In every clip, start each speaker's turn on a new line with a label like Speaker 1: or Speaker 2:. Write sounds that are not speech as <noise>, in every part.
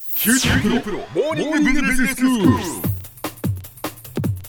Speaker 1: モーニングビジネススクール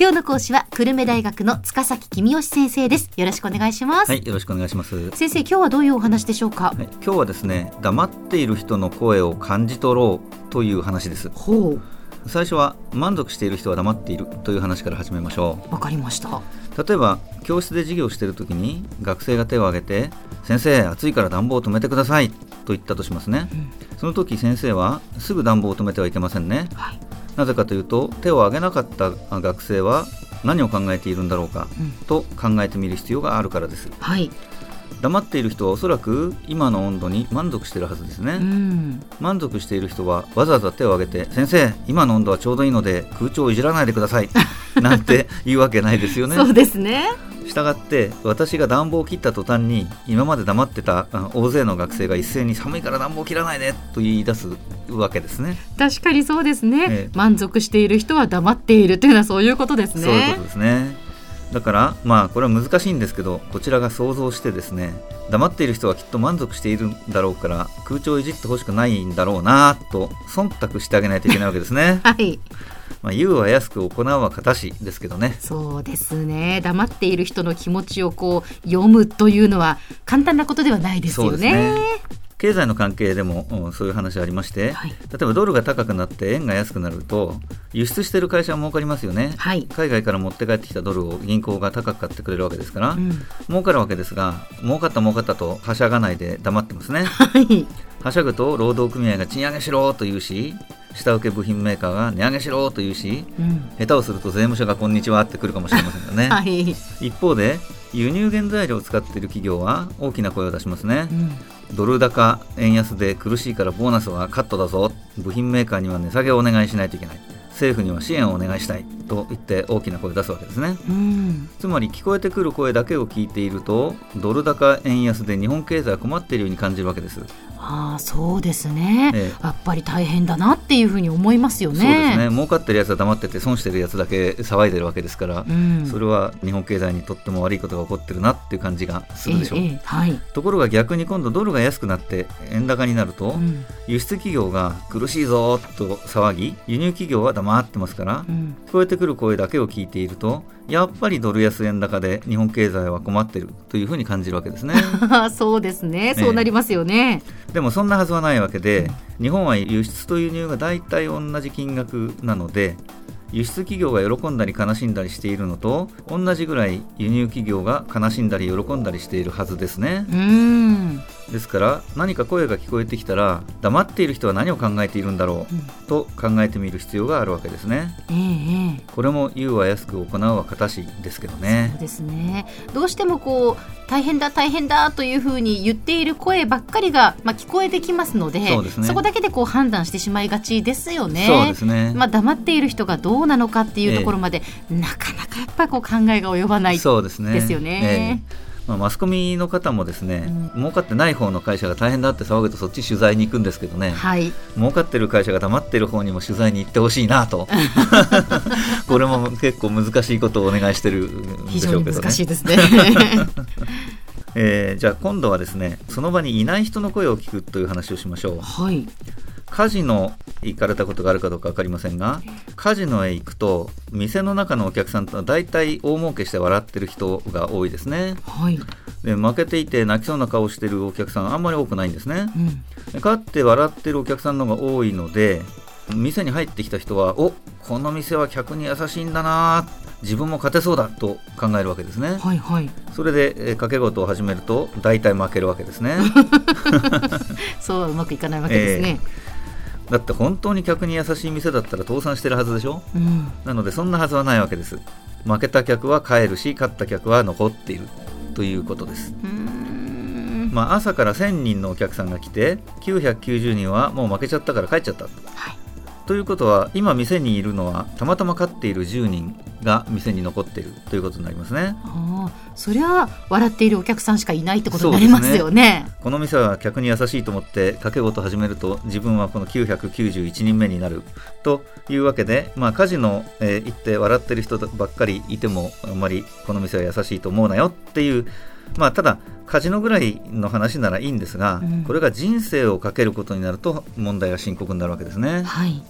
Speaker 2: 今日の講師は久留米大学の塚崎君吉先生ですよろしくお願いします、
Speaker 3: <laughs> はい、よろしくお願いします。
Speaker 2: 先生今日はどういうお話でしょうか、
Speaker 3: はい、今日はですね、黙っている人の声を感じ取ろうという話です。
Speaker 2: ほう
Speaker 3: 最初は満足している人は黙っているという話から始めましょ
Speaker 2: わかりました
Speaker 3: う。例えば、教室で授業をしている時に学生が手を挙げて、先生、暑いから暖房を止めてくださいと言ったとしますね。その時先生はすぐ暖房を止めてはいけませんね。
Speaker 2: はい、
Speaker 3: なぜかというと、手を挙げなかったあ学生は何を考えているんだろうか
Speaker 2: うん、
Speaker 3: と考えてみる必要があるからです。
Speaker 2: はい、
Speaker 3: 黙っている人はおそらく今の温度に満足しているはずですね、
Speaker 2: うん、
Speaker 3: 満足している人はわざわざ手を挙げて「先生今の温度はちょうどいいので空調をいじらないでく
Speaker 2: <laughs>
Speaker 3: ださい」なんて言うわけないですよね
Speaker 2: そうですね
Speaker 3: したがって私が暖房を切った途端に今まで黙ってたあ大勢の学生が一斉に「寒いから暖房を切らないで」と言い出すわけですね
Speaker 2: 確かにそうですね、
Speaker 3: ええ
Speaker 2: 満足している人は黙っているというのはそういうことですね、
Speaker 3: そういうことですねだからまあこれは難しいんですけどこちらが想像してですね黙っている人はきっと満足しているんだろうから空調をいじってほしくないんだろうなと忖度してあげないといけないわけですね
Speaker 2: <laughs> はい
Speaker 3: まあ、言うは安く行うは形ですけどね
Speaker 2: そうですね黙っている人の気持ちをこう読むというのは簡単なことではないです
Speaker 3: そう
Speaker 2: よ
Speaker 3: です
Speaker 2: ね
Speaker 3: ね経済の関係でも、うんそういう話ありまして、
Speaker 2: はい
Speaker 3: 例えばドルが高くなって円が安くなると輸出してる会社は儲かりますよね、
Speaker 2: はい
Speaker 3: 海外から持って帰ってきたドルを銀行が高く買ってくれるわけですから、
Speaker 2: うん
Speaker 3: 儲かるわけですが儲かった儲かったとはしゃがないで黙ってま
Speaker 2: <laughs>
Speaker 3: すね
Speaker 2: はい
Speaker 3: はしゃぐと労働組合が賃上げしろと言うし下請け部品メーカーが値上げしろと言うし
Speaker 2: うん
Speaker 3: 下手をすると税務署がこんにちはって来るかもしれませんが
Speaker 2: <laughs>
Speaker 3: ね、
Speaker 2: はい、
Speaker 3: 一方で輸入原材料を使っている企業は大きな声を出しますね
Speaker 2: う、ん、
Speaker 3: ドル高円安で苦しいからボーナスはカットだぞ部品メーカーには値下げをお願いしないといけない政府には支援をお願いしたいと言って大きな声を出すわけですね
Speaker 2: うん、
Speaker 3: つまり聞こえてくる声だけを聞いているとドル高円安で日本経済は困っているように感じるわけです、
Speaker 2: ああそうですね、
Speaker 3: え
Speaker 2: やっぱり大変だなっていうふうに思いますよ
Speaker 3: え
Speaker 2: ね。
Speaker 3: そうですね儲かってるやつは黙ってて損してるやつだけ騒いでるわけですから、
Speaker 2: うん、
Speaker 3: それは日本経済にとっても悪いことが起こってるなっていう感じがするでしょう、
Speaker 2: ええええはい、
Speaker 3: ところが逆に今度ドルが安くなって円高になると、
Speaker 2: うん
Speaker 3: 輸出企業が苦しいぞーと騒ぎ輸入企業は黙ってますから、
Speaker 2: うん、 <laughs>
Speaker 3: 聞こえてくる声だけを聞いているとやっぱりドル安円高で日本経済は困ってるというふうに感じるわけです
Speaker 2: <laughs>
Speaker 3: ね。
Speaker 2: ああそうですね、
Speaker 3: え
Speaker 2: そうなりますよね。
Speaker 3: でもそんなはずはないわけで日本は輸出と輸入が大体同じ金額なので輸出企業が喜んだり悲しんだりしているのと同じぐらい輸入企業が悲しんだり喜んだりしているはずですね
Speaker 2: うん、
Speaker 3: ですから何か声が聞こえてきたら黙っている人は何を考えているんだろうと考えてみる必要があるわけですね
Speaker 2: ええええ
Speaker 3: これも言うは安く行うは形ですけど
Speaker 2: そう
Speaker 3: ね
Speaker 2: ですねどうしてもこう大変だ大変だというふうに言っている声ばっかりが、まあ、聞こえてきますので
Speaker 3: そうですね
Speaker 2: こだけでこう判断してしまいがちですよね。
Speaker 3: そうですね
Speaker 2: まあ、黙っている人がどうなのかっていうところまで、なかなかやっぱりこう考えが及ばない
Speaker 3: そうですね
Speaker 2: ですよね
Speaker 3: ええまあ、マスコミの方もですね、儲かってない方の会社が大変だって騒ぐとそっち取材に行くんですけどね
Speaker 2: はい、
Speaker 3: 儲かってる会社が黙ってる方にも取材に行ってほしいな
Speaker 2: <laughs>
Speaker 3: とこれも結構難しいことをお願いしてるんで
Speaker 2: 非
Speaker 3: しょ
Speaker 2: 常
Speaker 3: う
Speaker 2: に
Speaker 3: けど
Speaker 2: 難
Speaker 3: ね
Speaker 2: しいですね。
Speaker 3: えーじゃあ今度はですねその場にいない人の声を聞くという話をしましょう
Speaker 2: <laughs> はい、
Speaker 3: カジノ行かれたことがあるかどうか分かりませんがカジノへ行くと店の中のお客さんとは大体大儲けして笑ってる人が多いですね
Speaker 2: はい、
Speaker 3: で負けていて泣きそうな顔をしてるお客さんあんまり多くないんですね
Speaker 2: うん、
Speaker 3: で勝って笑ってるお客さんの方が多いので店に入ってきた人はおこの店は客に優しいんだな自分も勝てそうだと考えるわけですね
Speaker 2: はい、はい、
Speaker 3: それでえー掛け事を始めると大体負けるわけですね
Speaker 2: そうはうまくいかないわけですね。
Speaker 3: だって本当に客に優しい店だったら倒産してるはずでしょ
Speaker 2: うん、
Speaker 3: なのでそんなはずはないわけです負けた客は帰るし勝った客は残っているということです、
Speaker 2: うーん
Speaker 3: まあ、朝から1000人のお客さんが来て990人はもう負けちゃったから帰っちゃった
Speaker 2: はい、
Speaker 3: ということは今店にいるのはたまたま勝っている10人が店に残っているということになりますね
Speaker 2: ああ、そりゃ笑っているお客さんしかいないってことになりますよね。
Speaker 3: この店は客に優しいと思って掛け事を始めると自分はこの991人目になるというわけで、まあ、カジノ、えー行って笑ってる人ばっかりいてもあんまりこの店は優しいと思うなよっていうまあ、ただカジノぐらいの話ならいいんですが、
Speaker 2: うん
Speaker 3: これが人生をかけることになると問題が深刻になるわけですね
Speaker 2: はい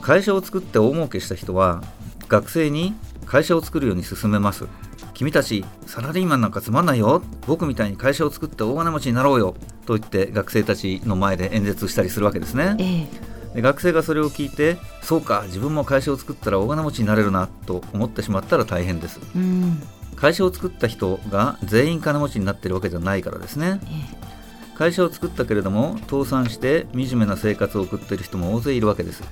Speaker 3: 会社を作って大儲けした人は学生に会社を作るように勧めます君たちサラリーマンなんかつまんないよ僕みたいに会社を作って大金持ちになろうよと言って学生たちの前で演説したりするわけですね
Speaker 2: ええ
Speaker 3: で学生がそれを聞いてそうか自分も会社を作ったら大金持ちになれるなと思ってしまったら大変です
Speaker 2: うん
Speaker 3: 会社を作った人が全員金持ちになってるわけじゃないからですね
Speaker 2: ええ
Speaker 3: 会社を作ったけれども倒産して惨めな生活を送っている人も大勢いるわけです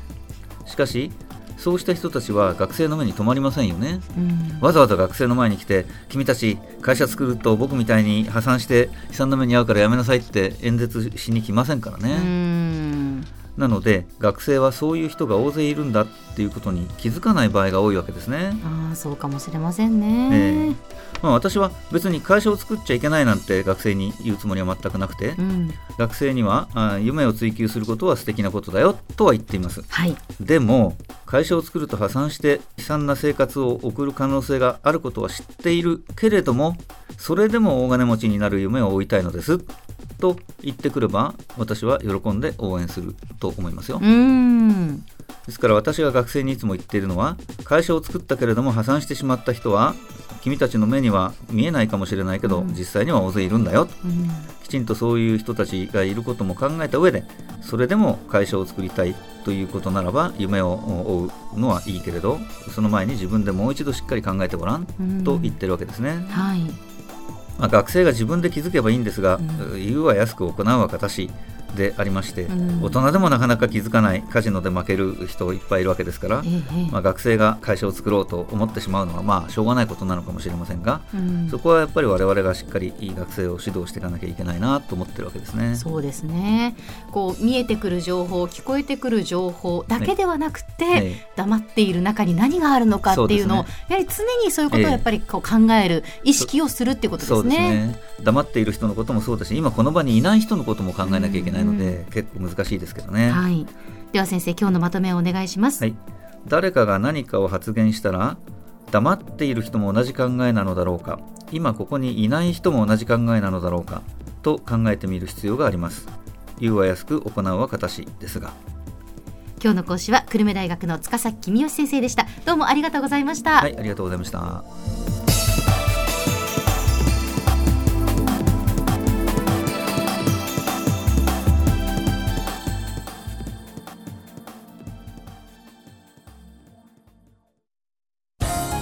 Speaker 3: しかしそうした人たちは学生の目に留まりませんよね
Speaker 2: うん
Speaker 3: わざわざ学生の前に来て君たち会社作ると僕みたいに破産して悲惨な目に遭うからやめなさいって演説しに来ませんから
Speaker 2: う
Speaker 3: ね、
Speaker 2: ん
Speaker 3: なので学生はそういう人が大勢いるんだっていうことに気づかない場合が多いわけですね
Speaker 2: ああそうかもしれません
Speaker 3: え
Speaker 2: ね、
Speaker 3: まあ、私は別に会社を作っちゃいけないなんて学生に言うつもりは全くなくて、
Speaker 2: うん
Speaker 3: 学生にはあ夢を追求することは素敵なことだよとは言っています
Speaker 2: はい
Speaker 3: でも会社を作ると破産して悲惨な生活を送る可能性があることは知っているけれどもそれでも大金持ちになる夢を追いたいのですと言ってくれば私は喜んで応援すると思いますよ
Speaker 2: うん
Speaker 3: ですから私が学生にいつも言っているのは会社を作ったけれども破産してしまった人は君たちの目には見えないかもしれないけど、
Speaker 2: うん
Speaker 3: 実際には大勢いるんだよ
Speaker 2: うん
Speaker 3: きちんとそういう人たちがいることも考えた上でそれでも会社を作りたいということならば夢を追うのはいいけれどその前に自分でもう一度しっかり考えてごらん
Speaker 2: うん
Speaker 3: と言ってるわけですね、
Speaker 2: はい
Speaker 3: まあ、学生が自分で気づけばいいんですが、
Speaker 2: う
Speaker 3: 言うは安く行うは形でありまして、
Speaker 2: うん
Speaker 3: 大人でもなかなか気づかないカジノで負ける人いっぱいいるわけですから
Speaker 2: え、えええ
Speaker 3: まあ、学生が会社を作ろうと思ってしまうのはまあしょうがないことなのかもしれませんが、
Speaker 2: うん
Speaker 3: そこはやっぱり我々がしっかりいい学生を指導していかなきゃいけないなと思ってるわけですね。
Speaker 2: そうですねこう見えてくる情報聞こえてくる情報だけではなくて、
Speaker 3: ええ
Speaker 2: 黙っている中に何があるのかっていうのを
Speaker 3: そうで
Speaker 2: やはり常にそういうことを
Speaker 3: ええ
Speaker 2: やっぱりこう考える、意識をするってことです
Speaker 3: そうです
Speaker 2: ね。
Speaker 3: ね黙っている人のこともそうだし今この場にいない人のことも考えなきゃいけないの
Speaker 2: うん
Speaker 3: で結構難しいですけどね、
Speaker 2: はい、では先生今日のまとめをお願いします。
Speaker 3: はい誰かが何かを発言したら黙っている人も同じ考えなのだろうか今ここにいない人も同じ考えなのだろうかと考えてみる必要があります言うは安く行うは形ですが
Speaker 2: 今日の講師は久留米大学の塚崎君吉先生でした。どうもありがとうございました。
Speaker 3: はいありがとうございました